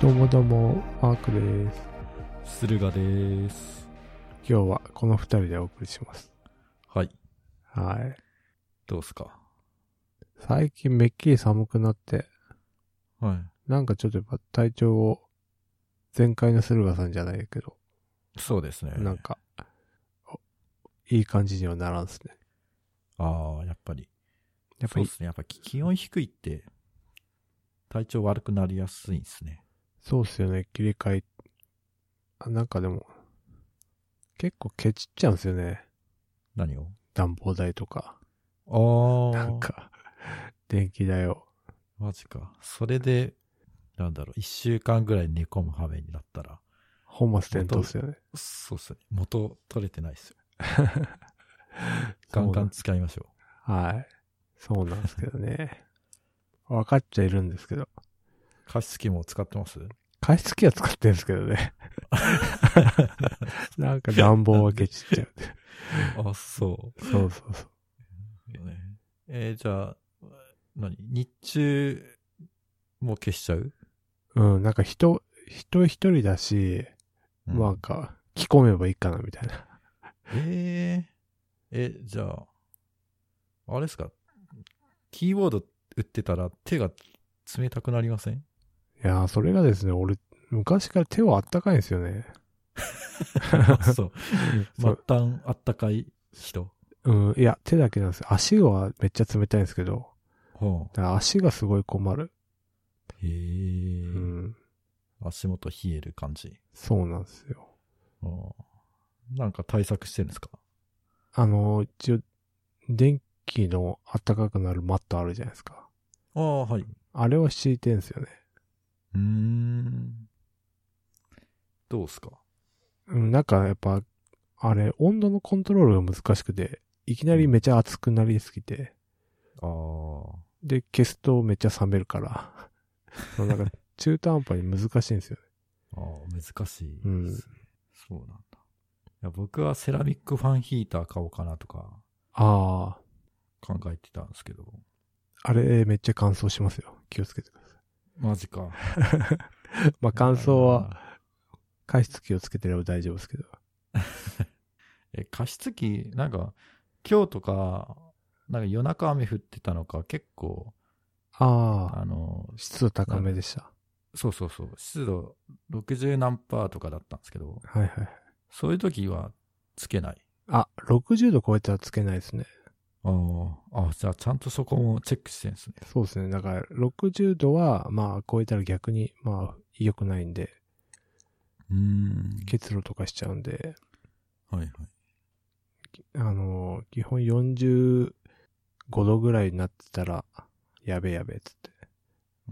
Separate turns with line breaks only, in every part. どうもどうも、マークです。
駿河です。
今日はこの二人でお送りします。
はい。
はい。
どうっすか
最近めっきり寒くなって、
は
なんかちょっとやっぱ体調を、前回の駿河さんじゃないけど、
い。そうですね。
なんか、おいい感じにはならんっすね。
ああ、やっぱり。
やっぱ
そ
り
うで、すね。やっぱ気気温低いって、体調悪くなりやすいんですね。
そうっすよね、切り替え。あ、なんかでも、結構ケチっちゃうんすよね。
何を
暖房代とか、
ああ。
なん。か、電気代を。
マジか。それで、なんだろう、一週間ぐらい寝込む羽目になったら、
本末転倒っす よね。
そうっすね。元取れてないっすよ。ガンガン使いましょ
はい。そうなんですけどね。 分かっちゃいるんですけど。
う。加湿器も使ってます
加湿器は使ってるんですけどね。 なんか暖房はケチっちゃう。
あ、そう。
そうそうそう。
ね。えーじゃあ、何日中も消しちゃう、
うん、なんか人、人一人だし、まあなんか、着込めばいいかなみたいな。
えー、え、じゃあ、あれですかキーボード打ってたら手が冷たくなりま せん
いやー、それがですね、俺、昔から手はあったかいんですよね。
そう。末
そう
端あったかい人。
うん、いや、手だけなんですよ。足はめっちゃ冷たいんですけど、
ほ
だから足がすごい困る。
うへえ、
うん、
足元冷える感じ。
そうなんですよ。
ほうなんか対策してるんですか
あの、一応、電気の暖かくなるマットあるじゃないですか。
ああ、はい。う
あれを敷いてんすよね。
ーん。どうっすか
うん、なんかやっぱ、あれ、温度のコントロールが難しくて、いきなりめちゃ熱くなりすぎて、
ああ。
で、消すとめっちゃ冷めるから、 そうなんか中途半端に難しいんですよね。
ああ、難しい、
うん
そうなんだ。いや僕はセラミックファンヒーター買おうかなとか
あ
考えてたんですけど、
あ、あれめっちゃ乾燥しますよ。気をつけてくだ
マジか。
さい。 まあ乾燥は、加湿器をつけてれば大丈夫ですけど。
えー。え、加湿器、なんか、今日とか、なんか夜中雨降ってたのか、結構、
ああ、
あの、
湿度高めでした。
そうそうそう、湿度60何パーとかだったんですけど、
はいはい。
そういう時はつけない。
あ、60度超えたらつけないですね。
あーあ、じゃあちゃんとそこもチェックしてるんですね。
そうですね。だから、60度は、まあ、超えたら逆に、まあ、良くないんで、
うーん
結露とかしちゃうんで、
はいはい。
あのー基本45度ぐらいになってたら、やべえやべえっつって。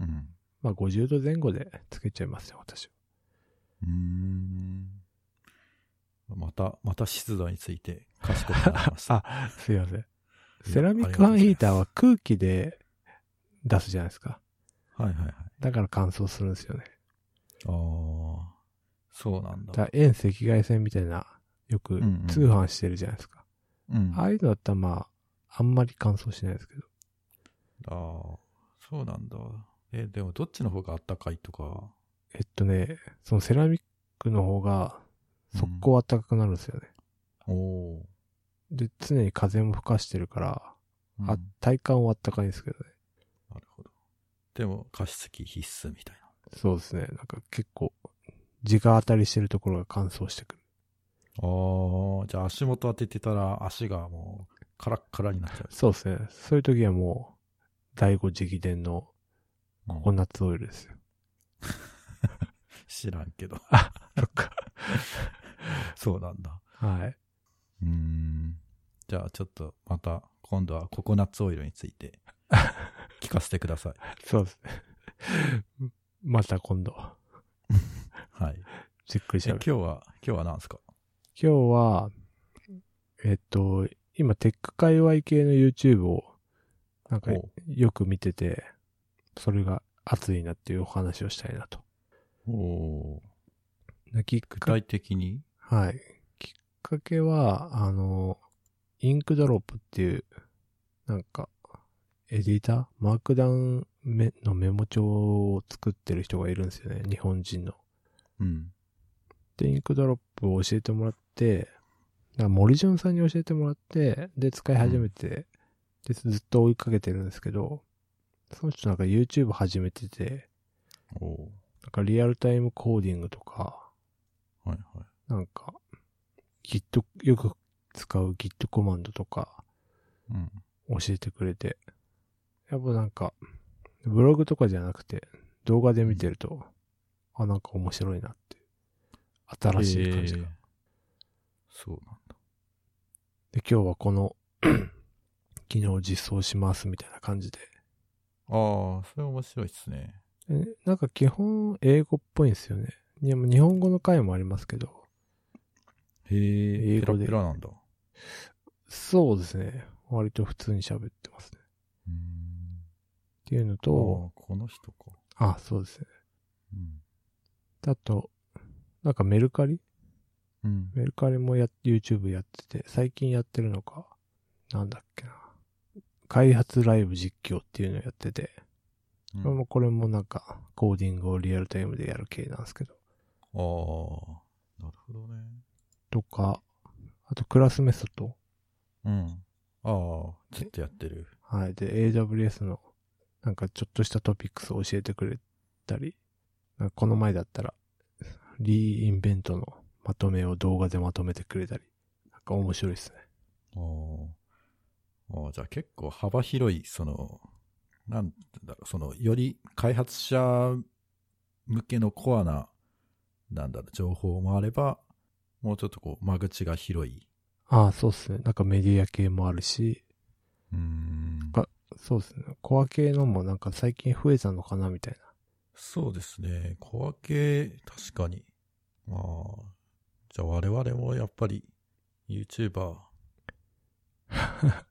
うん。
まあ、50度前後でつけちゃいますね、私は。
うーん。また、また湿度について賢くなりました。
あ、すいません。セラミックファンヒーターは空気で出すじゃないですか。
はいはいはい。
だから乾燥するんですよね。
ああ、そうなん
だか
だ。
ら遠赤外線みたいな、よく
うんうん
通販してるじゃないですか。
うん。
ああいうのだったら、まあ、あんまり乾燥しないですけど。
あーそうなんだ。え、でもどっちの方があったかいとか。
えっとね、そのセラミックの方が、速攻暖かくなるんですよね。
おお
で、常に風も吹かしてるから、
ー。うん
あ体感は暖かいんですけどね。
なるほど。でも、加湿器必須みたいな。
そうですね。なんか結構、地が当たりしてるところが乾燥してくる。
ああ、じゃあ足元当ててたら足がもう、カラッカラになっちゃう。
そうですね。そういう時はもう、第五直伝のココ
うん
ナッツオイルですよ。
知らんけど。
そっか。
そうなんだ。
はい。
うーん。じゃあちょっとまた今度はココナッツオイルにつ いて聞かせてください。
そうですね。 また今度、
はい。
じっくり
え
しゃ
今
べる。
日は、今日は何ですか
今日は、えっと、今、テック界隈系の YouTube を、なんか
おう
よく見てて、それが熱いなっていうお話をしたいなと。
おー
できっ
具
か
体的に
はい。きっかけは、あの、インクドロップっていう、なんか、エディターマークダウンめのメモ帳を作ってる人がいるんですよね。日本人の。
うん。
で、インクドロップを教えてもらって、だから森潤さんに教えてもらって、で、使い始めて、で、ずっと追いかけてるんですけど、その人なんか YouTube 始めてて、
おお
なんかリアルタイムコーディングとか、
ーはいはい。
なんか、Git、よく使う Git コマンドとか
うん。
教えてくれて、やっぱなんか、ブログとかじゃなくて、動画で見てると、あ、なんか面白いなっていう、新しい感じが
えー。そうなんだ。
で、今日はこの、 昨日実装しますみたいな感じで。
ああ、それ面白いですね。
でなんか基本英語っぽいんですよね。いやもう日本語の回もありますけど。
へえ、
英
ペラ
語で
ペラなんだ。
そうですね。割と普通に喋ってますね。
うーん。
っていうの
ああ
と、
ー、この人か。
あ、そうですね。
うん。
であと、なんかメルカリ
うん。
メルカリもや、YouTube やってて、最近やってるのか、なんだっけな。開発ライブ実況っていうのをやってて、
うん
もうこれもなんか、コーディングをリアルタイムでやる系なんですけど。
ああ、なるほどね。
とか、あとクラスメソッド。
うん。ああ、ずっとやってる。
はい。で、AWS のなんかちょっとしたトピックスを教えてくれたり、なんかこの前だったら、リーインベントのまとめを動画でまとめてくれたり、なんか面白いですね。
ああ。ああ、じゃあ結構幅広い、その、なんだろう、その、より開発者向けのコアな、なんだろう、情報もあれば、もうちょっとこう、間口が広い。
ああ、そうですね。なんかメディア系もあるし、
うーん。
あそうですね。コア系のもなんか最近増えたのかなみたい
そうですね。小分け、確かに。まあ、じゃあ我々もやっぱり、YouTuber、
な。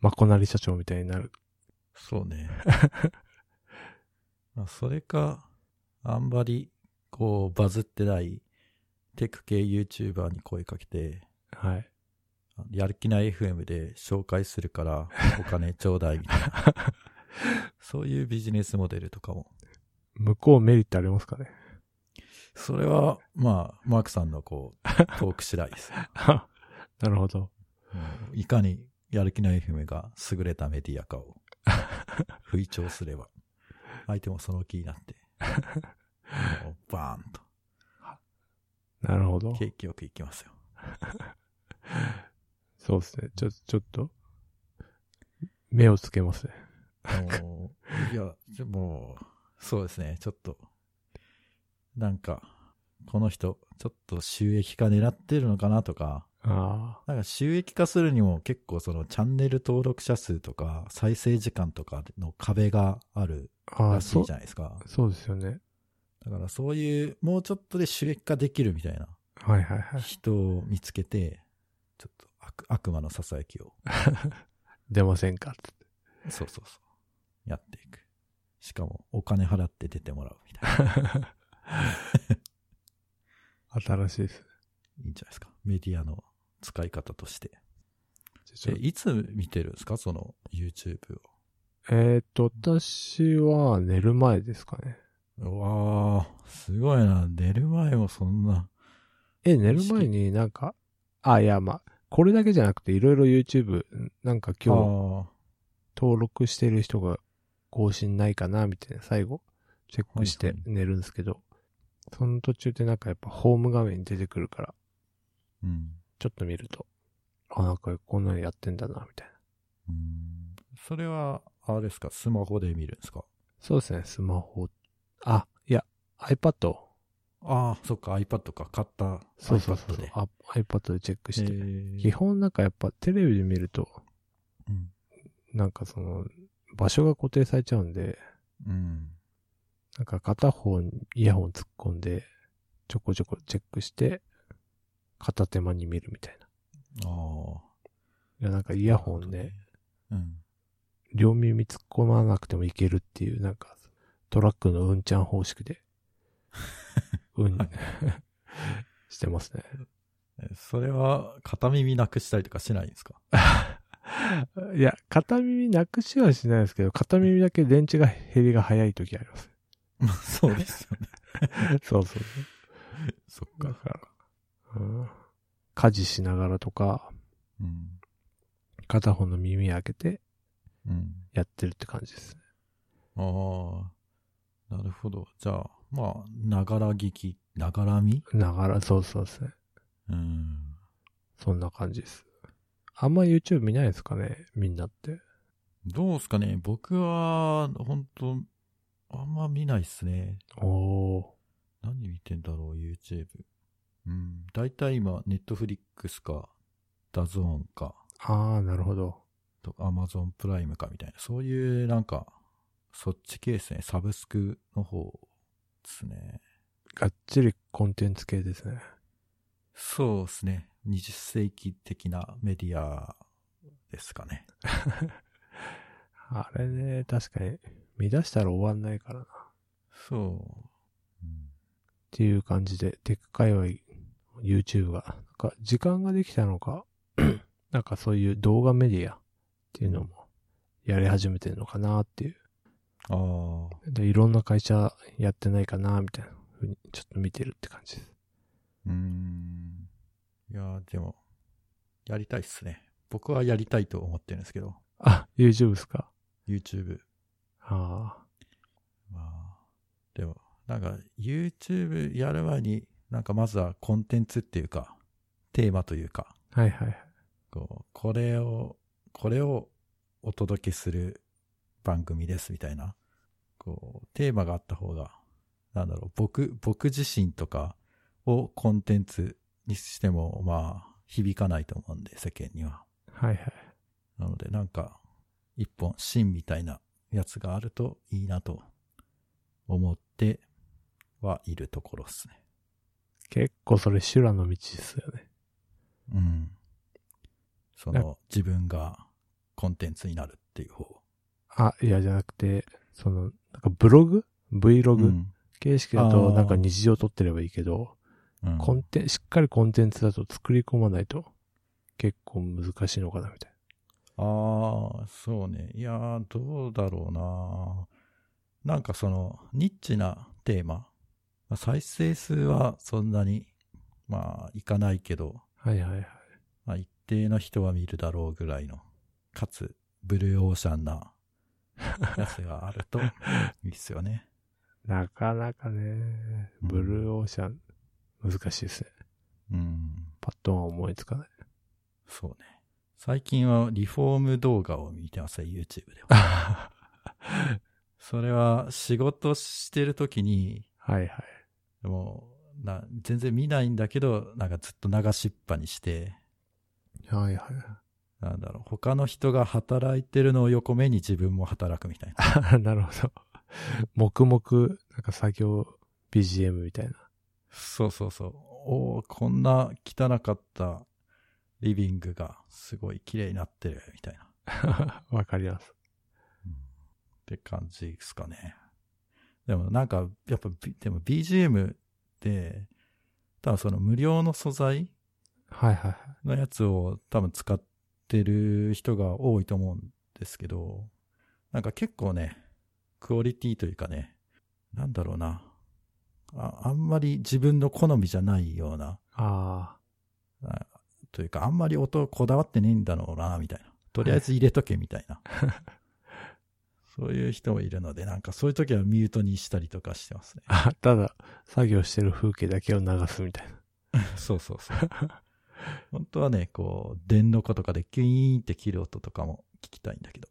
まこなり社長みたいになる。
そうね。 まあそれか、あんまり、こう、バズってない、テク系 YouTuber に声かけて、
はい。
あのやる気ない FM で紹介するから、お金ちょうだいみたいな。そういうビジネスモデルとかも。
向こうメリットありますかね
それは、まあ、マークさんのこう、トーク次第です。
なるほど。
うんいかにやる気ない FM が優れたメディアかを吹聴すれば、相手もその気になって、もうバーンと
なるほど。
景気よくいきますよ。
そうですね。ちょ、ちょっと、目をつけますね。
もう いや、ちょもう、そうですね、ちょっと、なんか、この人、ちょっと収益化狙ってるのかなとか、
あ
なんか収益化するにも結構そのチャンネル登録者数とか再生時間とかの壁がある
あ、あ
ら
あ、
し
そ
いうじ、ゃないですか。
そうですよね。
だからそういう、もうちょっとで収益化できるみたいな
はいはいはい。
人を見つけて、ちょっと悪悪魔のささやきを、
出ません かつって
そうそうそう、やっていく。しかもお金払って出てもらうみたいな。
新しいですね。
いいんじゃないですか。メディアの使い方として。
じゃあちょ
え、いつ見てるんですかその YouTube
えーっと、私は寝る前ですかね。
を。うわー、すごいな。寝る前もそんな。
え、寝る前になんか、あ、いや、まあ、これだけじゃなくて、いろいろ YouTube、なんか
あ
今日
ー
登録してる人が更新ないかな、みたいな、最後、チェックし
は
て
いはい
寝るんですけど、その途中でなんかやっぱホーム画面に出てくるから、
うん。
ちょっと見ると、あ、なんかこんなのやってんだな、みたいな。
うんそれは、あれですかスマホで見るんですか
そうですね、スマホ。あ、いや、iPad を。
ああ、そっか、iPad か。買った。
そうそうそう
iPad で。
あ iPad でチェックして。
えー
基本なんかやっぱテレビで見ると、
うん
なんかその、場所が固定されちゃうんで、
うん。
なんか片方にイヤホン突っ込んで、ちょこちょこチェックして、片手間に見るみたいな。
ああ。
いや、なんかイヤホンね、。
うん。
両耳突っ込まなくてもいけるっていう、なんか、トラックのうんちゃん方式 で、うん、してますね。
えそれは、片耳なくしたりとかしないんですか
いや、片耳なくしはしないですけど、片耳だけ電池が減りが早い時あります。
まあそうですよね。
そうそう。
そっ
だ
か。
から、うん、家事しながらとか、
うん。
片方の耳開けて
うん。
やってるって感じですね。
ああ、なるほど。じゃあ、まあ、ながら聞き、ながらみ
ながら、そうそうですね。
うん。
そんな感じです。あんま YouTube 見ないですかねみんなって。
どうですかね僕は、本当あんま見ないっすね。
おー。
何見てんだろう、YouTube。うん。だいたい今、Netflix か、ダゾーンか、
あー、なるほど。
と Amazon プライムかみたいな、そういう、なんか、そっち系ですね。サブスクの方ですね。
がっちりコンテンツ系ですね。
そうですね。20世紀的なメディアですかね。
あれね、確かに、見出したら終わんないからな。っ
そう。うん
ていう感じで、テック界隈、YouTube が、なんか時間ができたのか、 なんかそういう動画メディアっていうのも、やり始めてるのかなっていう。
ああ、
で、いろんな会社やってないかな、みたいな風に、ちょっと見てるって感じです。
うーん。いやー、でも、やりたいっすね。僕はやりたいと思ってるんですけど、
あ、YouTube ですか
YouTube。
あ
まあ、でも、なんか、YouTube やる前に、なんかまずはコンテンツっていうか、テーマというか、
あ、はいはいはい。
こう、これを、これをお届けする番組ですみたいな、こう、テーマがあった方が、なんだろう、僕、僕自身とかをコンテンツにしても、まあ、響かないと思うんで、世間には。
はいはい。
なので、なんか、一本芯みたいなやつがあるといいなと思ってはいるところですね。
結構それ修羅の道ですよね。
うん。そ
な
の、自分がコンテンツになるっていう方。
あ、いやじゃなくて、その、なんかブログ ?Vlog、
うん
形式だと
あー
なんか日常撮ってればいいけど、
うん
コンテン、しっかりコンテンツだと作り込まないと結構難しいのかなみたい
ああ、そうね。いやー、どうだろうな。なんかその、ニッチなテーマ。まあ再生数はそんなに、まあ、いかないけど、
な。はいはいはい。
まあ、一定の人は見るだろうぐらいの、かつ、ブルーオーシャンなやつがあると、いいっすよね。
なかなかね、
うん
ブルーオーシャン、難しいですね。
うん、
パッとは思いつかない。
そうね。最近はリフォーム動画を見てますね、YouTube では。それは仕事してるときに、
はいはい。
でもな、全然見ないんだけど、なんかずっと流しっぱにして、
はいはい。
なんだろう、他の人が働いてるのを横目に自分も働くみたいな。
なるほど。黙々、なんか作業 BGM みたいな。
そうそうそう。おおこんな汚かったリビングがすごい綺麗になってるみたいな。
わかります。
って感じですかね。でもなんか、やっぱ、B- でも BGM って、多分その無料の素材
はいはいはい。
のやつを多分使ってる人が多いと思うんですけど、なんか結構ね、クオリティというかね、なんだろうな。ああんまり自分の好みじゃないような、
あ
あというかあんまり音こだわってねえんだろうな、みたいな。とりあえず入れとけ、みたい な。そういう人もいるので、なんかそういう時はミュートにしたりとかしてますね。
あ。ただ、作業してる風景だけを流すみたいな。
そうそうそう。 本当はね、こう、電の子とかでキュイーンって切る音とかも聞きたいんだけど。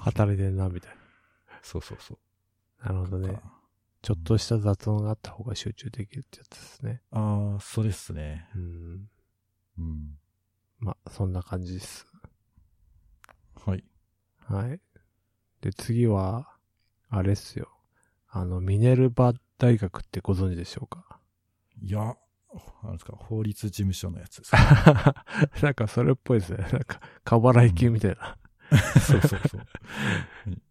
働いてんな、 みたい
そうそうそう。
な。なるほど
なん
ね
か。
ちょっとした雑音があった方が集中できるってやつですね。
ああ、それっすね。
うん。
うん。
まあ、そんな感じです。
はい。
はい。で、次は、あれっすよ。あの、ミネルバ大学ってご存知でしょう か
いや、あれですか、法律事務所のやつですか。
なんかそれっぽいですね。なんか、過払い金みたいな。
そうそうそう。うん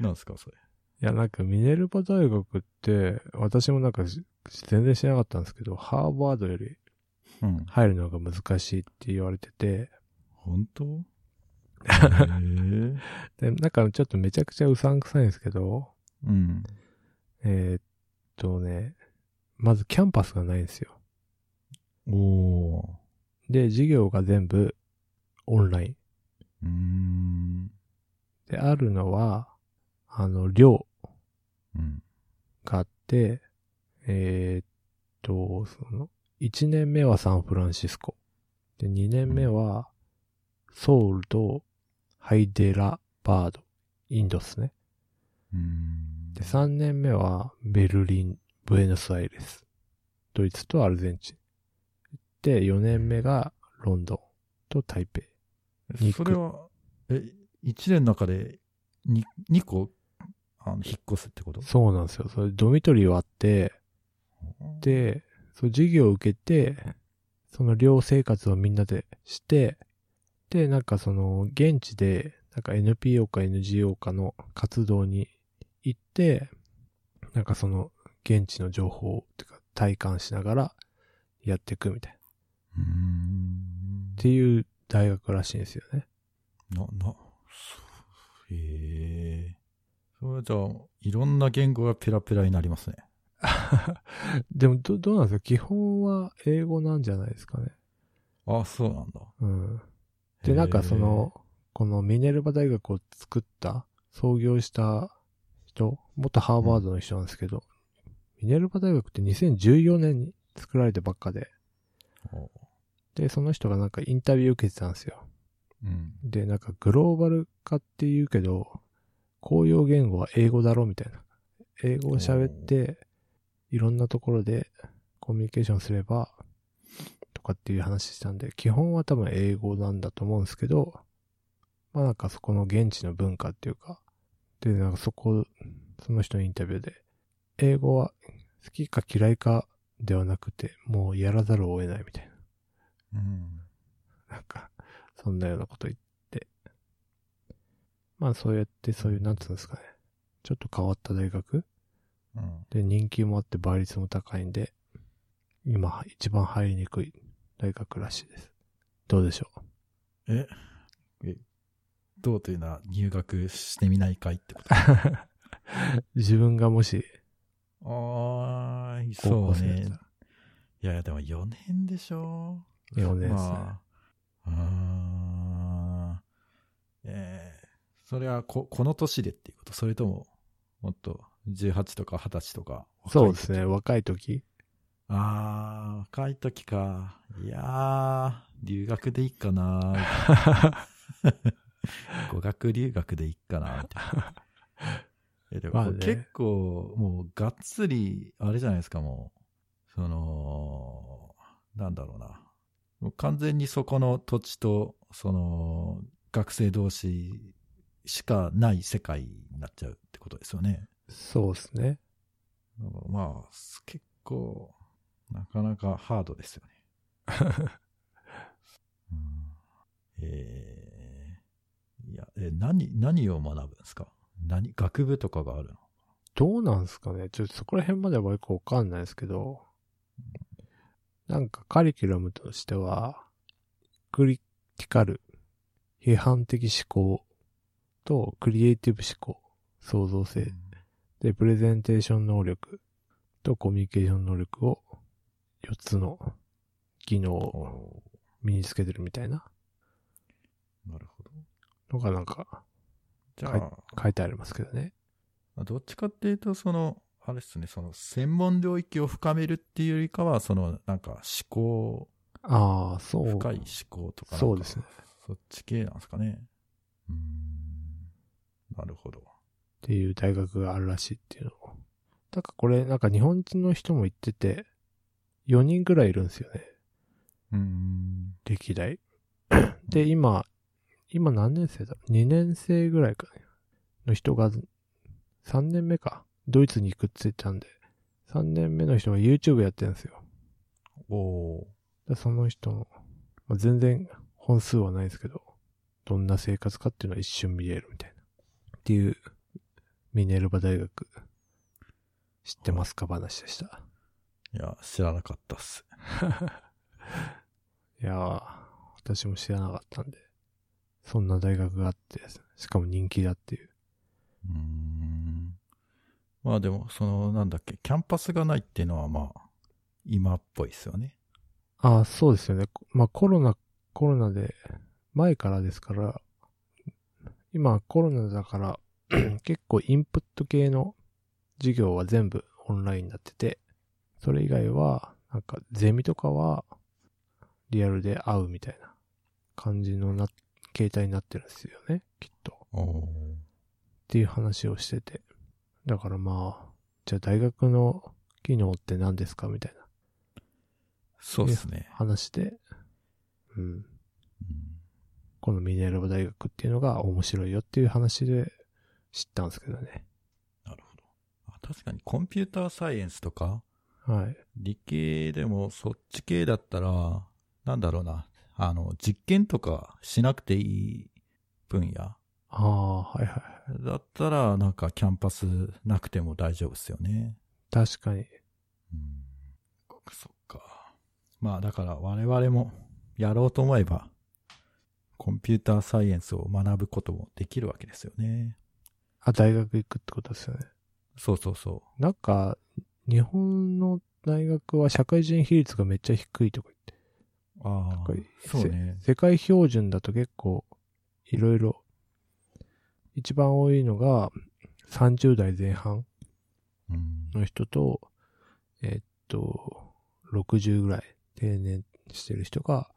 なんですか、それ。
いや、なんかミネルバ大学って、私もなんかし全然知らなかったんですけど、ハーバードより
うん。
入るのが難しいって言われてて、
本 当へ
で、
え
なんかちょっとめちゃくちゃうさんくさいんですけど、
うん。
えーっとね、まずキャンパスがないんですよ。
おお
で、授業が全部オンライン。
ー。うーん。
で、あるのは、あの、寮
うん。
があって、えーっと、その、1年目はサンフランシスコ。で、2年目は、ソウルとハイデラバード、インドっすね。
うーん
で、3年目はベルリン、ブエノスアイレス。ドイツとアルゼンチン。で、4年目がロンドンと台北。
えそれは、え、一年の中でに二個あの引っ越すってこと
そうなんですよ。それドミトリーはあって、で、そう授業を受けて、その寮生活をみんなでして、で、なんかその現地で、なんか NPO か NGO かの活動に行って、なんかその現地の情報をてか体感しながらやっていくみたいな。
うーん
っていう大学らしいんですよね。
な、な、そうへえ。それはじゃあ、いろんな言語がペラペラになりますね。
でもど、どうなんですか基本は英語なんじゃないですかね。
あ、そうなんだ。
うん。
へ
で、
え
なんかそ、の、このミネルバ大学を作った、創業した人、元ハーバードの人なんですけど、ミネルバ大学って2014年に作られてばっかで、
お
で、その人がなんかインタビュー受けてたんですよ。
うん。
で、なんかグローバル化って言うけど、公用言語は英語だろみたいな。英語を喋って、いろんなところでコミュニケーションすれば、とかっていう話したんで、基本は多分英語なんだと思うんですけど、まあなんかそこの現地の文化っていうか、で、なんかそこ、その人のインタビューで、英語は好きか嫌いかではなくて、もうやらざるを得ないみたい
うん。
な。なんか、そんなようなこと言って。まあそうやって、そういう、なんつうんですかね。ちょっと変わった大学
うん。
で、人気もあって倍率も高いんで、今、一番入りにくい大学らしいです。どうでしょう
え、え、どうというのは入学してみないかいってこと
自分がもし、
ああ、
高
そ
校
う
生だった。
ねいやいや、でも4年でしょ
ら、4年ですね。
まあ、うーん。ええそれはこ、この年でっていうことそれとも、もっと、18とか20歳とか。
そうですね、若い時。
ああ、若い時か。いやー、留学でいい かな。語学留学でいいかなみたい な。えでも
まあね
結構、もう、がっつり、あれじゃないですか、もう。その、なんだろうな。もう完全にそこの土地と、その、学生同士しかない世界になっちゃうってことですよね。
そうですね。
なんかまあ、す結構、なかなかハードですよね。うん、えーいや、え、何、何を学ぶんですか何、学部とかがあるの
どうなんすかねちょっとそこら辺まではよくわかんないですけど、なんかカリキュラムとしては、クリティカル、批判的思考とクリエイティブ思考、創造性、で、プレゼンテーション能力とコミュニケーション能力を4つの技能
うん
を
お
身につけてるみたいな
ーなるほど。
のがなんか
じゃあ、
書いてありますけどね。
まあどっちかっていうと、その、あれですね、その、専門領域を深めるっていうよりかは、その、なんか、思考、
ああ、そう。
深い思考とかなんか
そうですね。
そっち系なんですかね。うーん。なるほど。
っていう大学があるらしいっていうのを。なんかこれ、なんか日本人の人も言ってて、4人ぐらいいるんですよね。
うーん。
歴代。で、今、今何年生だ ?2 年生ぐらいかね。の人が、3年目か。ドイツに行くって言ってたんで、3年目の人が YouTube やってるんですよ。
おお
でその人の、まあ全然本数はないですけど、どんな生活かっていうのは一瞬見れるみたいな。っていう、ミネルバ大学、知ってますか話でした。
ー。いや、知らなかったっす。
いやー、私も知らなかったんで、そんな大学があって、しかも人気だっていう。
うーん。まあでも、その、なんだっけ、キャンパスがないっていうのは、まあ、今っぽいですよね。
ああ、そうですよね。こまあコロナ、コロナで、前からですから、今コロナだから、 結構インプット系の授業は全部オンラインになってて、それ以外は、なんかゼミとかは、リアルで会うみたいな感じのな、形態になってるんですよね、きっと。
おお。
っていう話をしてて。だからまあ、じゃあ大学の機能って何ですかみたいな
そうですね。
話で、うん。
うん
このミネルバ大学っていうのが面白いよっていう話で知ったんですけどね。
なるほど。あ確かにコンピューターサイエンスとか、
はい。
理系でもそっち系だったら、なんだろうな、あの、実験とかしなくていい分野
ああ、はいはい。
だったら、なんかキャンパスなくても大丈夫ですよね。
確かに。
うん。そっか。まあだから我々もやろうと思えば、コンピューターサイエンスを学ぶこともできるわけですよね。
あ、大学行くってことですよね。
そうそうそ
なんか、日本の大学は社会人比率がめっちゃ低いとか言って、
う。あ
これ
あ、そうね。
世界標準だと結構、いろいろ、一番多いのが30代前半
うん。
の人と、えっと、60ぐらい定年してる人が、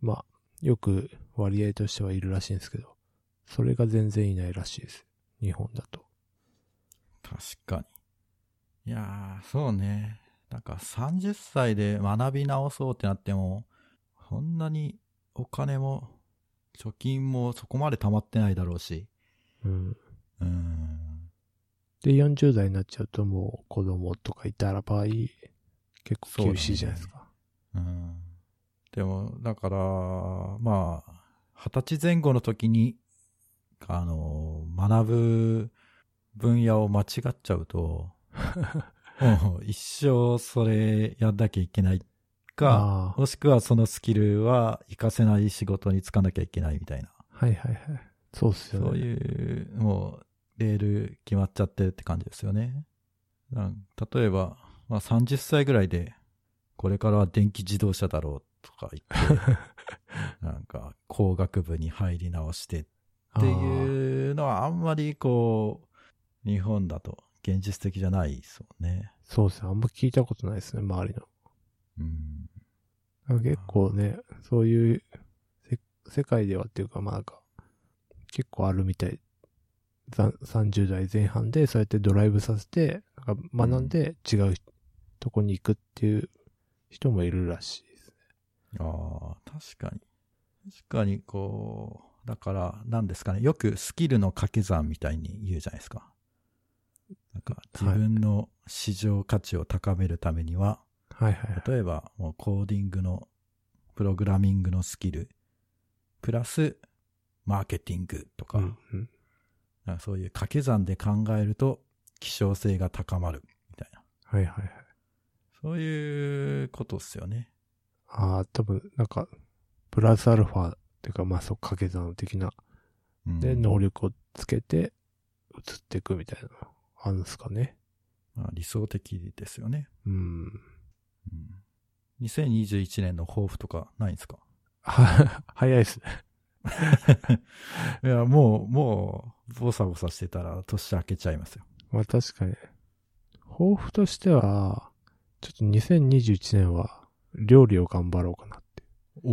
まあ、よく割合としてはいるらしいんですけど、それが全然いないらしいです。日本だと。
確かに。いやー、そうね。なんか30歳で学び直そうってなっても、そんなにお金も、貯金もそこまで溜まってないだろうし。
うん。
うん。
で、40代になっちゃうともう子供とかいたら場合、結構厳しいじゃないですか。
うん。でも、だから、まあ、二十歳前後の時に、あの、学ぶ分野を間違っちゃうと、もう一生それやんなきゃいけないか、
ああ
もしくはそのスキルは活かせない仕事に就かなきゃいけないみたいな、
はいはいはい。そうっすよね。
そういう、もう、レール決まっちゃってるって感じですよね。なん例えば、まあ、30歳ぐらいで、これからは電気自動車だろうとか言って、なんか工学部に入り直してって
う。
いうのはあんまりこう、日本だと現実的じゃないですもんね。
そうっすね。あんま聞いたことないですね、周りの。
うん。
結構ね、そういうせ世界ではっていうか、まあなんか、結構あるみたい。ざん30代前半でそうやってドライブさせて、なんか学んで違うとこに行くっていう人もいるらしいですね。
ああ、確かに。確かに、こう、だから、なんですかね。よくスキルの掛け算みたいに言うじゃないですか。なんか、
い
自分の市場価値を高めるためには、
はいはいはい。
例えば、もうコーディングの、プログラミングのスキル、プラス、マーケティングとか、
うんうん、
なんかそういう掛け算で考えると、希少性が高まる、みたいな。
はいはいはい。
そういうことっすよね。
ああ、多分なんか、プラスアルファっていうか、まあそう、掛け算的な。
うん
で、能力をつけて移っていくみたいな、あるんですかね。
まあ、理想的ですよね。
うん。
うん、2021年の抱負とかないんですか
は早いですね。
いや、もう、もう、ボサボサしてたら年明けちゃいますよ。
まあ確かに。抱負としては、ちょっと2021年は料理を頑張ろうかなっ
お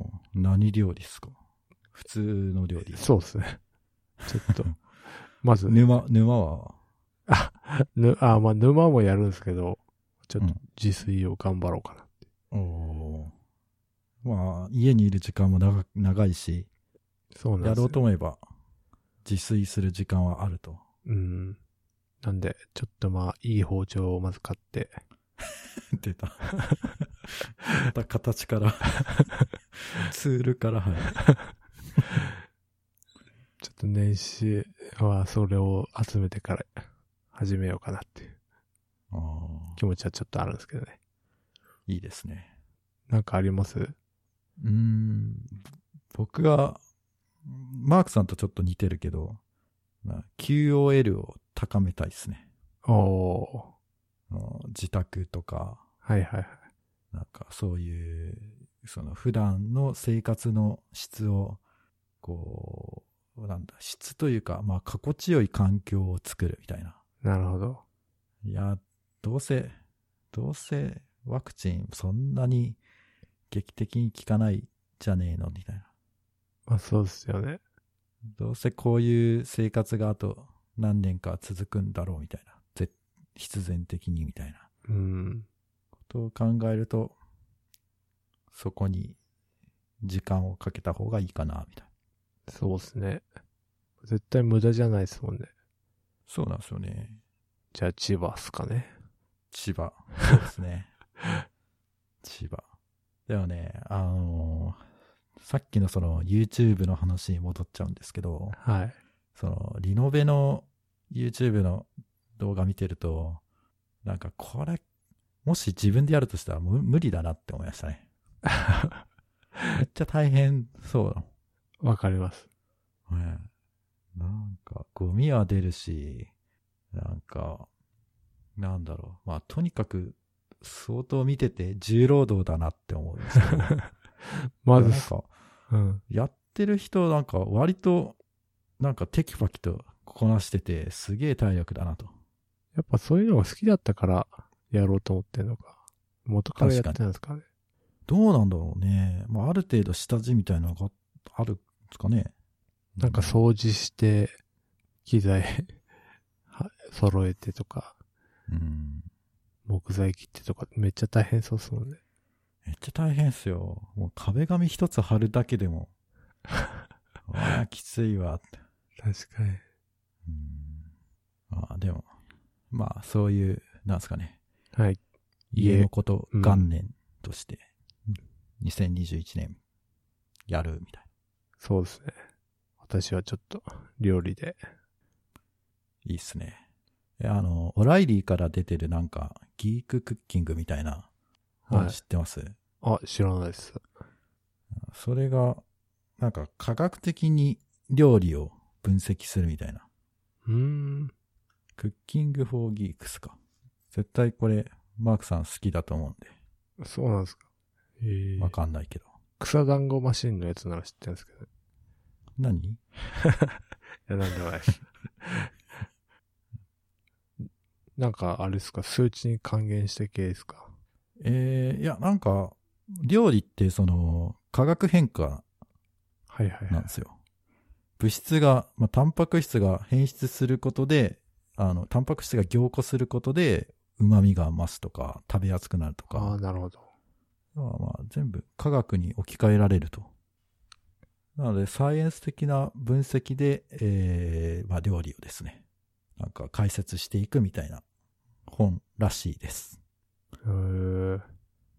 お何料理っすか普通の料理
て。。そうですね。ちょっと。まず、
沼、沼は、
ぬ、あ、まあ沼もやるんですけど、ちょっ
う
と
ん
自炊を頑張ろうかな。
おおまあ、家にいる時間も長長いし、
そうなん
や
です
ろ
よ
うと。思えば、自炊する時間はあると。
うん。なんで、ちょっとまあ、いい包丁をまず買って、
出た。 また形から、ツールから入る。
ちょっと年始はそれを集めてから始めようかなっていう
ああ、
気持ちはちょっとあるんですけどね。
いいですね。
なんかあります
うーん、僕が、マークさんとちょっと似てるけど、まあ QOL を高めたいですね。
おー。
あの自宅とか、
はいはいはい。
なんかそういう、その普段の生活の質を、こう、なんだ、質というか、まあ、心地よい環境を作るみたいな。
なるほど。
いや、どうせ、どうせワクチンそんなに劇的に効かないじゃねえの、みたいな。
まあそうですよね。
どうせこういう生活があと何年か続くんだろう、みたいな。ぜ必然的に、みたいな。
うん。
ことを考えると、そこに時間をかけた方がいいかな、みたいな。
そうですね。絶対無駄じゃないですもんね。
そうなんですよね。
じゃあ千葉っすかね。
千葉。そうですね。 千葉。でもね、あのーさっきのその YouTube の話に戻っちゃうんですけど、
はい。
そのリノベの YouTube の動画見てると、なんかこれ、もし自分でやるとしたら無無理だなって思いまし たね。めっちゃ大変そうだ
わかります。
もん。ねなんか、ゴミは出るし、なんか、なんだろう。まあ、とにかく、相当見てて重労働だなって思うんですけど
まず
なん
す、
か、
うん。
やってる人なんか割となんかテキパキとこなしててすげえ体力だなと。
やっぱそういうのが好きだったからやろうと思ってんのか。元からやってたんですかね。
どうなんだろうね。まあある程度下地みたいなのがあるんですかね。
なんか掃除して、機材 は揃えてとか、
うん。うん。
木材切ってとか、めっちゃ大変そうっすもんね。
めっちゃ大変っすよ。もう壁紙一つ貼るだけでも。 わあ、きついわって。
確かに。
うん。まあでも、まあそういう、なんですかね。
はい。家
家のこと
うん
元年として、2021年やるみたいな。
そうですね。私はちょっと料理で。
いいっすね。えあの、オライリーから出てるなんか、ギーククッキングみたいな本
はい
知ってます、
あ、知らないです。
それが、なんか科学的に料理を分析するみたいな。
うーん。
クッキングフォーギークスか。絶対これ、マークさん好きだと思うん
そうなんですか。え
で、
ー
わかんないけど。
草団子マシンのやつなら知ってるんですけど、ね。
何
いや、なんでもない です。なんか、あれですか、数値に還元して系ですか。
えー、いや、なんか、料理ってその、化学変化
はいはいは
ないんで。すよ。物質が、まあ、タンパク質が変質することで、あの、タンパク質が凝固することで、旨味が増すとか、食べやすくなると
ああ、
か、
なるほど。
まあまあ全部科学に置き換えられると。なので、サイエンス的な分析で、えー、まあ、料理をですね、なんか解説していくみたいな本らしいです。
へー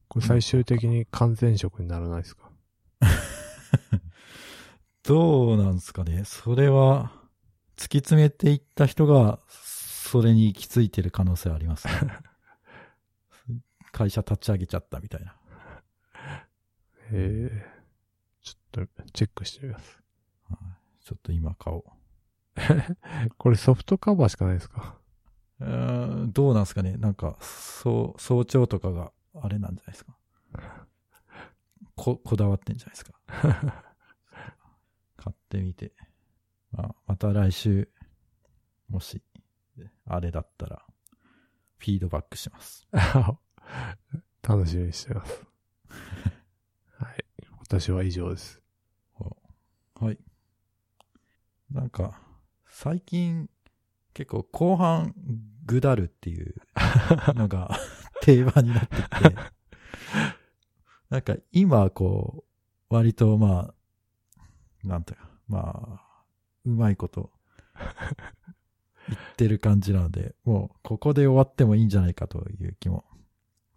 これ最終的に完全食にならないですか。
どうなんですかねそれは、突き詰めていった人が、それに行き着いてる可能性ありますね。 会社立ち上げちゃったみたいな。
へえ。ちょっとチェックしてみます。
ちょっと今顔。
これソフトカバーしかないですか。
うーんどうなんですかねなんか、そう、早朝とかがあれなんじゃないですか。こ、こだわってんじゃないですか。 買ってみて。まあ、また来週、もし、あれだったら、フィードバックします。
楽しみにして ます。はい。私は以上です。
はい。なんか、最近、結構後半、ぐだるっ ていうのが定番になってきて、なんか今、こう、割とまあ、なんていうか、まあ、うまいこと、言ってる感じなので、もう、ここで終わってもいいんじゃないかという気も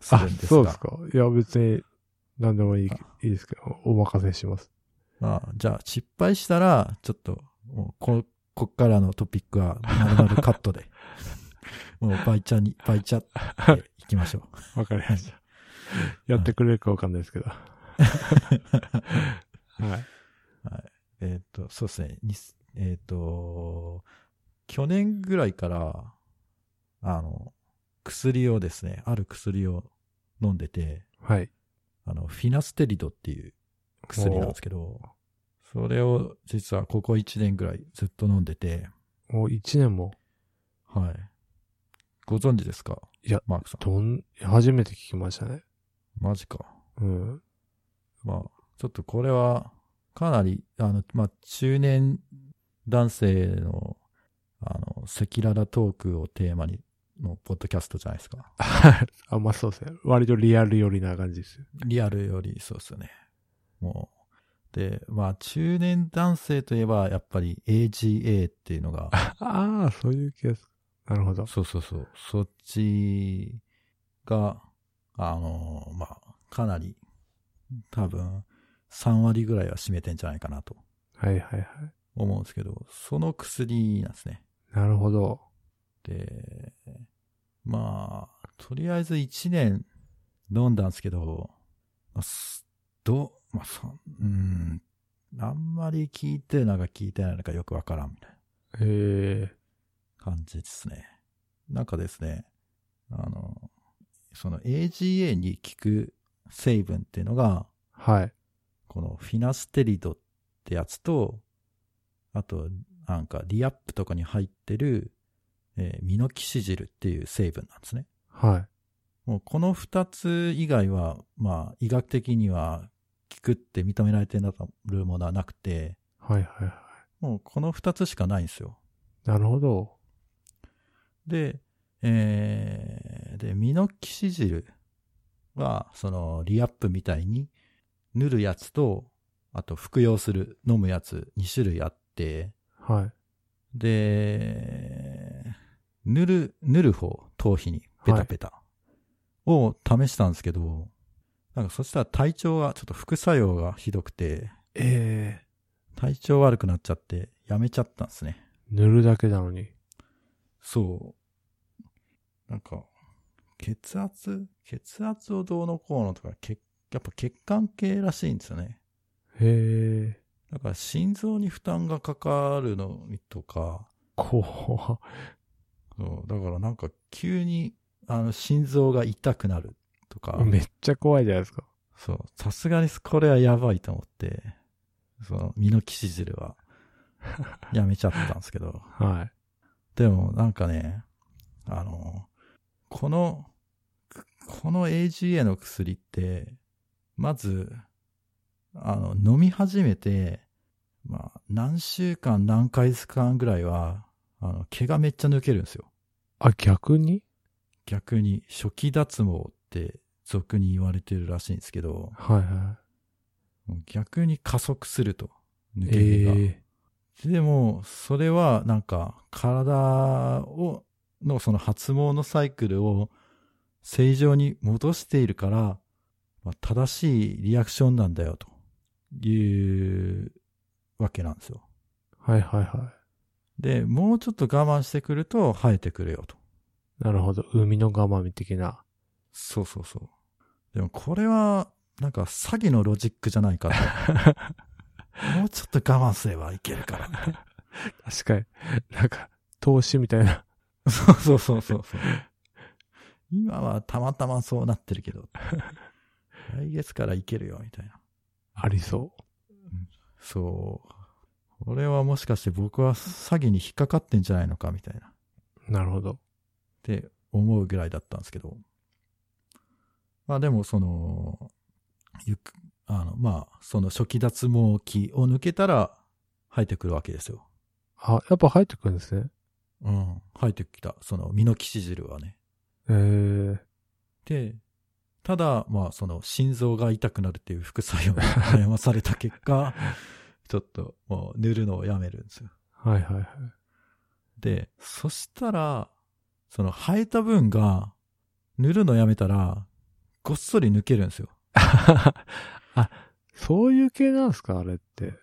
するんですが、
そうですか。いや、別に何でもいいいいですけど、お任せします。
まあ、じゃあ失敗したら、ちょっと、もうこ、こっからのトピックは、まるまるカッ トで、もう、バイチャに、バイチャっていきま しょう。
わかりました。 やってくれるかわかんないですけど。はい。
ええっ、と、そうですね。にえっ、と、去年ぐらいから、あの、薬をですね、ある薬を飲んでて、
はい。
あの、フィナステリドっていう薬なんですけど、それを実はここ1年ぐらいずっと飲んでて、
もう一年も、
はい。ご存知ですか
いや、
マークさん。
どん、初めて聞きましたね。
マジか。
うん。
まあ、ちょっとこれは、かなり、あの、まあ、中年男性の、あの、赤裸々トークをテーマにの、ポッドキャストじゃないですか。
あ、まあそうですね。割とリアル寄りな感じですよ。
リアルより、そうですよね。もう。で、まあ、中年男性といえば、やっぱり AGA っていうのが、
ああ、そういうケース。なるほど。
そうそうそう。そっちが、あの、まあ、かなり、多分、3割ぐらいは占めてんじゃないかなと
はいはいはい。
思うんですけど、その薬なんですね。
なるほど。
で、まあ、とりあえず1年飲んだんですけど、まあすどう、まあ、そんうん、あんまり聞いてるのか聞いてないのかよくわからんみたい
え
な感じですね。なんかですね、あの、その AGA に効く成分っていうのが、
ー、はい。
このフィナステリドってやつと、あと、なんか、リアップとかに入ってる、えーミノキシジルっていう成分なんですね。
はい。
もうこの二つ以外は、まあ、医学的には効くって認められてるものはなくて、
はいはいはい。
もうこの二つしかないんですよ。
なるほど。
で、えーで、ミノキシジルは、その、リアップみたいに、塗るやつと、あと服用する、飲むやつ、2種類あって、
はい。
で、塗る、塗る方、頭皮に、ペタペタ、を試したんですけど、なんかそしたら体調が、ちょっと副作用がひどくて、
え
体調悪くなっちゃって、やめちゃったんですね。
ー、塗るだけなのに。
そう。なんか、血圧血圧をどうのこうのとか、血やっぱ血管系らしいんですよね。
へえ、
だから心臓に負担がかかるのにとか、
怖
そうだからなんか急にあの心臓が痛くなるとか、
めっちゃ怖いじゃないですか。
そう、さすがにこれはやばいと思って、そのミノキシジル はやめちゃったんですけど。
はい。
でもなんかね、あの、この、この AGA の薬って、まず、あの、飲み始めて、まあ、何週間何ヶ月間ぐらいは、あの、毛がめっちゃ抜けるんですよ。
あ、逆に
逆に、初期脱毛って俗に言われてるらしいんですけど、
はいは
もう逆に加速すると、抜
い。
け毛が。
え
でも、それはなんか、体を、のその発毛のサイクルを正常に戻しているから、まあ、正しいリアクションなんだよ、というわけなんですよ。
ー、はいはいは
で、もうちょっと我慢してくると生えてくるよ、と。
い。なるほど。海の我慢的な。
そうそうそう。でもこれは、なんか詐欺のロジックじゃないか と。もうちょっと我慢すればいけるから、みたいな。
確かに。 なんか、投資みたいな。
そう そうそうそうそう。今はたまたまそうなってるけど、来月からいけるよ、みたいな。
ありそう。
そう。これはもしかして僕は詐欺に引っかかってんじゃないのか、みたいな。っ
なるほど。
て思うぐらいだったんですけど。まあでも、その、ゆく、あの、まあ、その初期脱毛期を抜けたら生えてくるわけですよ。
あ、やっぱ入ってくるんですね。
うん。生えてきた。その、ミノキシジルはね。
えー、
で、ただ、まあ、その、心臓が痛くなるっていう副作用に悩まされた結果、ちょっと、もう、塗るのをやめるんですよ。
はいはい はい。
で、そしたら、その、生えた分が、塗るのやめたら、ごっそり抜けるんですよ。
あ、そういう系なんですかあれって。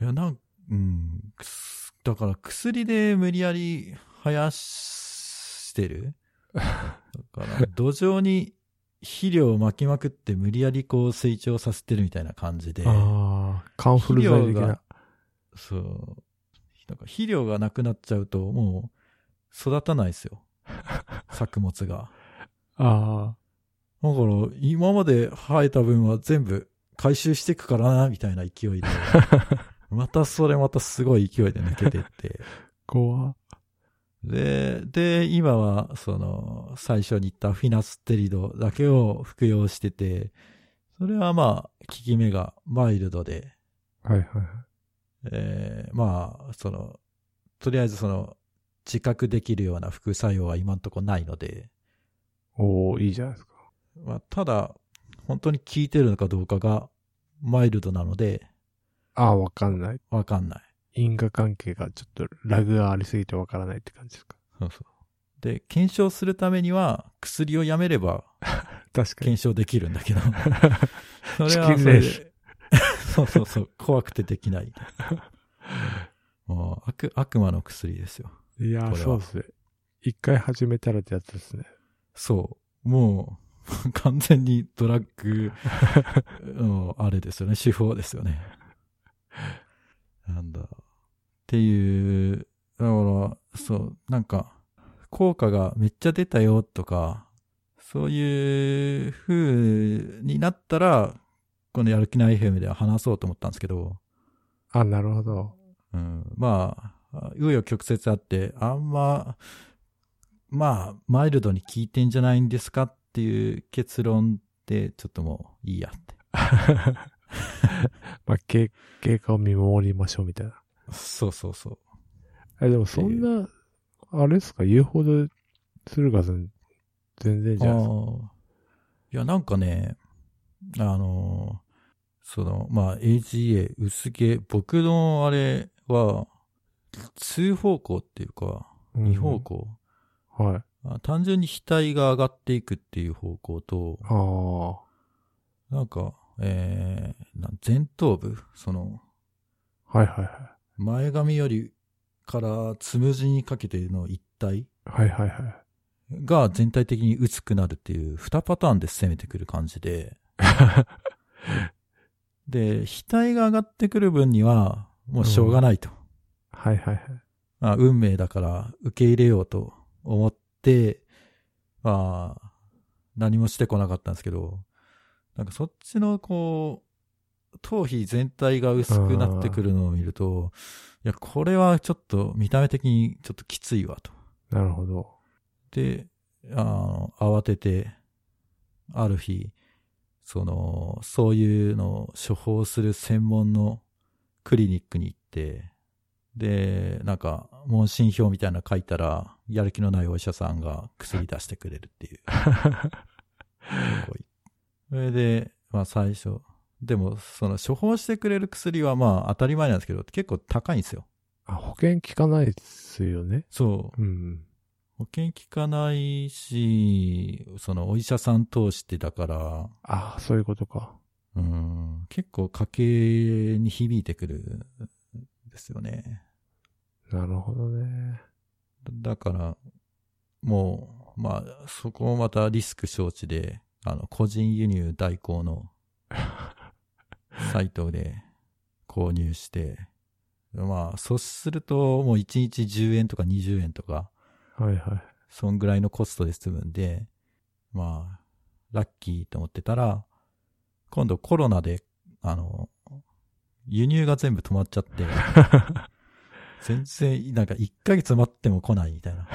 いや、なん、うん、くすだから薬で無理やり生やし てるだから、土壌に肥料を巻きまくって無理やりこう成長させてるみたいな感じで。
ああ、カンフル剤的
肥料
な
が。そう。なんか肥料がなくなっちゃうと、もう育たないですよ。作物が。
あ
だから、今まで生えた分は全部回収していくからな、みたいな勢いで。またそれまたすごい勢いで抜けてって。
あ、怖
で、で、今は、その、最初に言ったフィナステリドだけを服用してて、それはまあ、効き目がマイルドで、
はいはいはい。
えーまあ、その、とりあえずその、自覚できるような副作用は今んとこないので、
おおいいじゃないですか。
まあ、ただ、本当に効いてるのかどうかが、マイルドなので、
ああ、わかんない。
わかんない。
因果関係がちょっとラグがありすぎてわからないって感じですか。
そうそう。で、検証するためには、薬をやめれば
確かに。
検証できるんだ けど、
チキンレ
それはそれ
ー
で
ス、
そうそうそう、怖くてでき ない。もう悪、悪魔の薬ですよ。
いや
こ
ー、
れは
そうですね。一回始めたらってやつですね。
そう。もう、 完全にドラッグの、あれですよね。手法ですよね。なんだ。っていう、だから、そう、なんか、効果がめっちゃ出たよとか、そういう風になったら、このやる気ない FM では話そうと思ったんですけど、
あ、なるほど。
うん、まあ、紆余曲折あって、あんま、まあ、マイルドに効いてんじゃないんですかっていう結論で、ちょっともういいやって。
まあ、経経過を見守りましょうみたいな。
そうそうそう。
え、でもそんな、あれですか、言うほど鶴ヶさん、全然じゃないですか。
あーいや、なんかね、あのーその、まあ、AGA、薄毛、僕のあれは、通方向っていうか、
うん
二方向。
はい。
あ単純に額が上がっていくっていう方向と、
ああ。
なんか、えー、な前頭部その、
はいはい
前髪よりからつむじにかけての一体
はい。はいはいはい。
が全体的に薄くなるっていう二パターンで攻めてくる感じで、で、額が上がってくる分には、もうしょうがないと。
はいはいはい。
まあ、運命だから受け入れようと思って、まあ、何もしてこなかったんですけど、なんかそっちのこう、頭皮全体が薄くなってくるのを見ると、いや、これはちょっと見た目的にちょっときついわと。
なるほど。
で、あの、慌てて、ある日、その、そういうのを処方する専門のクリニックに行って、で、なんか、問診票みたいなの書いたら、やる気のないお医者さんが薬出してくれるっていう。すごいそれで、まあ最初。でも、その処方してくれる薬はまあ当たり前なんですけど、結構高いんですよ。
あ、保険効かないですよね。
そう。
うん。
保険効かないし、そのお医者さん通してだから、
ああ、そういうことか。
うん、結構家計に響いてくるんですよね。
なるほどね。
だから、もう、まあ、そこもまたリスク承知で、あの、個人輸入代行のサイトで購入して、まあ、そうすると、もう1日10円とか20円とか、
はいはい。
そんぐらいのコストで済むんで、まあ、ラッキーと思ってたら、今度コロナで、あの、輸入が全部止まっちゃって、全然、なんか1ヶ月待っても来ないみたいな。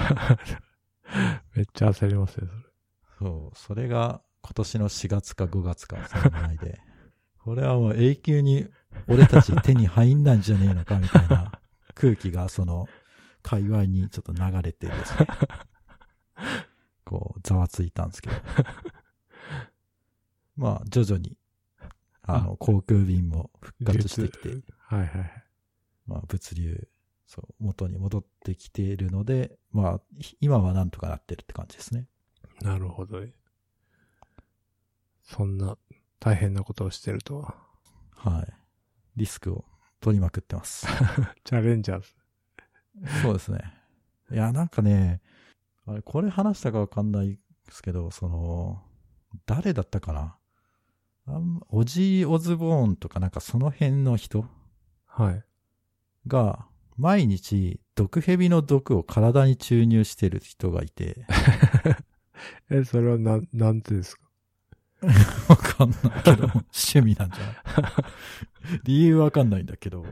めっちゃ焦りますよ、それ。
そう、それが今年の4月か5月か、そのぐらいで。 これはもう永久に俺たち手に入んないんじゃねえのかみたいな空気がその界隈にちょっと流れてですね。こう、ざわついたんですけど。まあ、徐々に、あの、航空便も復活してきて、
はいはいはい。
まあ、物流、そう、元に戻ってきているので、まあ、今はなんとかなってるって感じですね。
なるほどね。そんな大変なことをしてるとは。
はい。リスクを取りまくってます。
チャレンジャーズ。
そうですね。いや、なんかね、あれ、これ話したかわかんないですけど、その、誰だったかなあんまオジー・オズボーンとかなんかその辺の人
はい。
が、毎日、毒蛇の毒を体に注入してる人がいて、
え、それはなん、なんてですか
わかんないけど、趣味なんじゃない理由わかんないんだけど。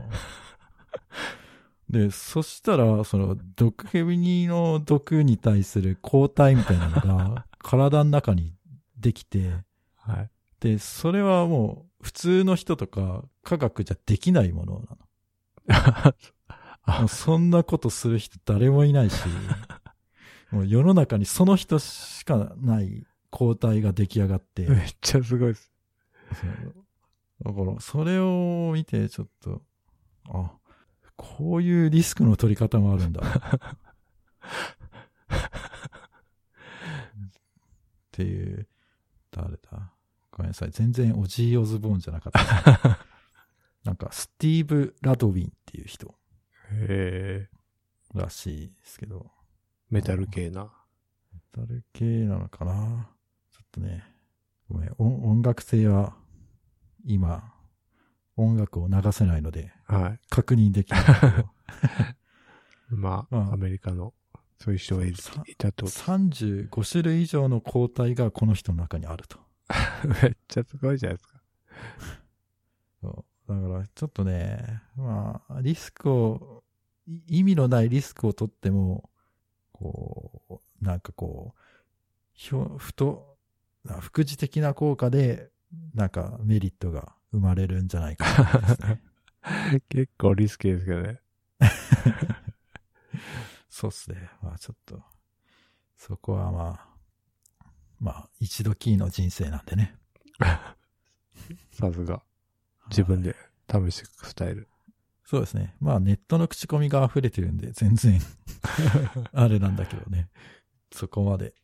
で、そしたら、その、毒蛇の毒に対する抗体みたいなのが、体の中にできて、
はい。
で、それはもう、普通の人とか、科学じゃできないものなの。もうそんなことする人誰もいないし、もう世の中にその人しかない抗体が出来上がって、
めっちゃすごいです。
そうだから、それを見て、ちょっと、あ、こういうリスクの取り方もあるんだ。っていう、誰だごめんなさい。全然オジー・オズボーンじゃなかった。なんか、スティーブ・ラドウィンっていう人
へえ。
らしいですけど、
メタル系な。
誰系なのかなちょっとね、ごめん、音音楽性は、今、音楽を流せないので、
はい。
確認できないけど。
まあ、
うん
アメリカの、そういう人がいる
さ
いた ってことです。
35種類以上の抗体がこの人の中にあると。
めっちゃすごいじゃない ですか。
そうだから、ちょっとね、まあ、リスクを、い意味のないリスクを取っても、こう、なんかこう、ひょふと、な副次的な効果で、なんかメリットが生まれるんじゃないかなと思います ね
結構リスキーですけど ね。
そうっすね。まあちょっと、そこはまあ、まあ一度きりの人生なんでね。
さすが。自分で試していくスタイ ル。
そうですね。まあネットの口コミが溢れてるんで、全然、 あれなんだけどね。そこまで。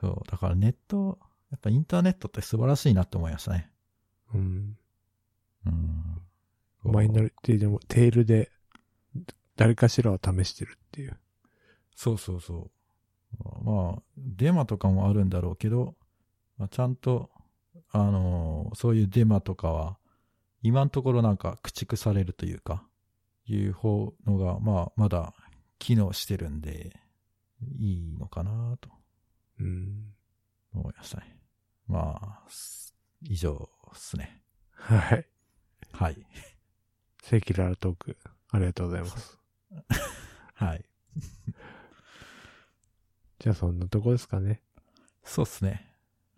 そう、だからネット、やっぱインターネットって素晴らしいなって思いましたね。
うん。
うん。こう
マイノリティでも、テールで、誰かしらを試してるっていう。
そうそうそう。まあ、デマとかもあるんだろうけど、まあ、ちゃんと、あのーそういうデマとかは、今のところなんか駆逐されるというか、いう方のが、まあ、まだ機能してるんで、いいのかなと
うん。
思いましたね。まあ、す以上ですね。
はい。
はい。
セキュラルトーク、ありがとうございます。
はい。
じゃあそんなとこですかね。
そうですね。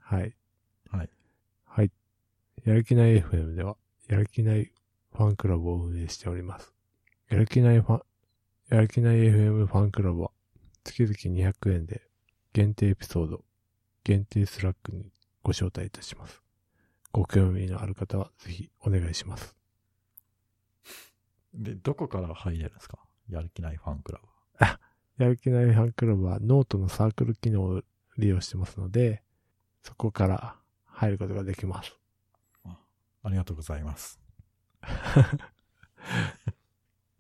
はい。
はい。
はい。やる気ない FM では、やる気ないファンクラブを運営しております。やる気ないファン、やる気ない FM ファンクラブは、月々200円で、限定エピソード、限定スラックにご招待いたします。ご興味のある方は、ぜひお願いします。
で、どこから入れるんですかやる気ないファンクラブ。
やる気ないファンクラブはノートのサークル機能を利用してますので、そこから入ることができます。
ありがとうございます。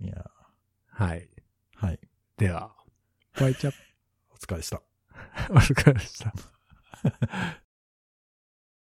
いや
はい。
ー、はい。
では、バイチャップ
お疲れでした。
お疲れ様でした。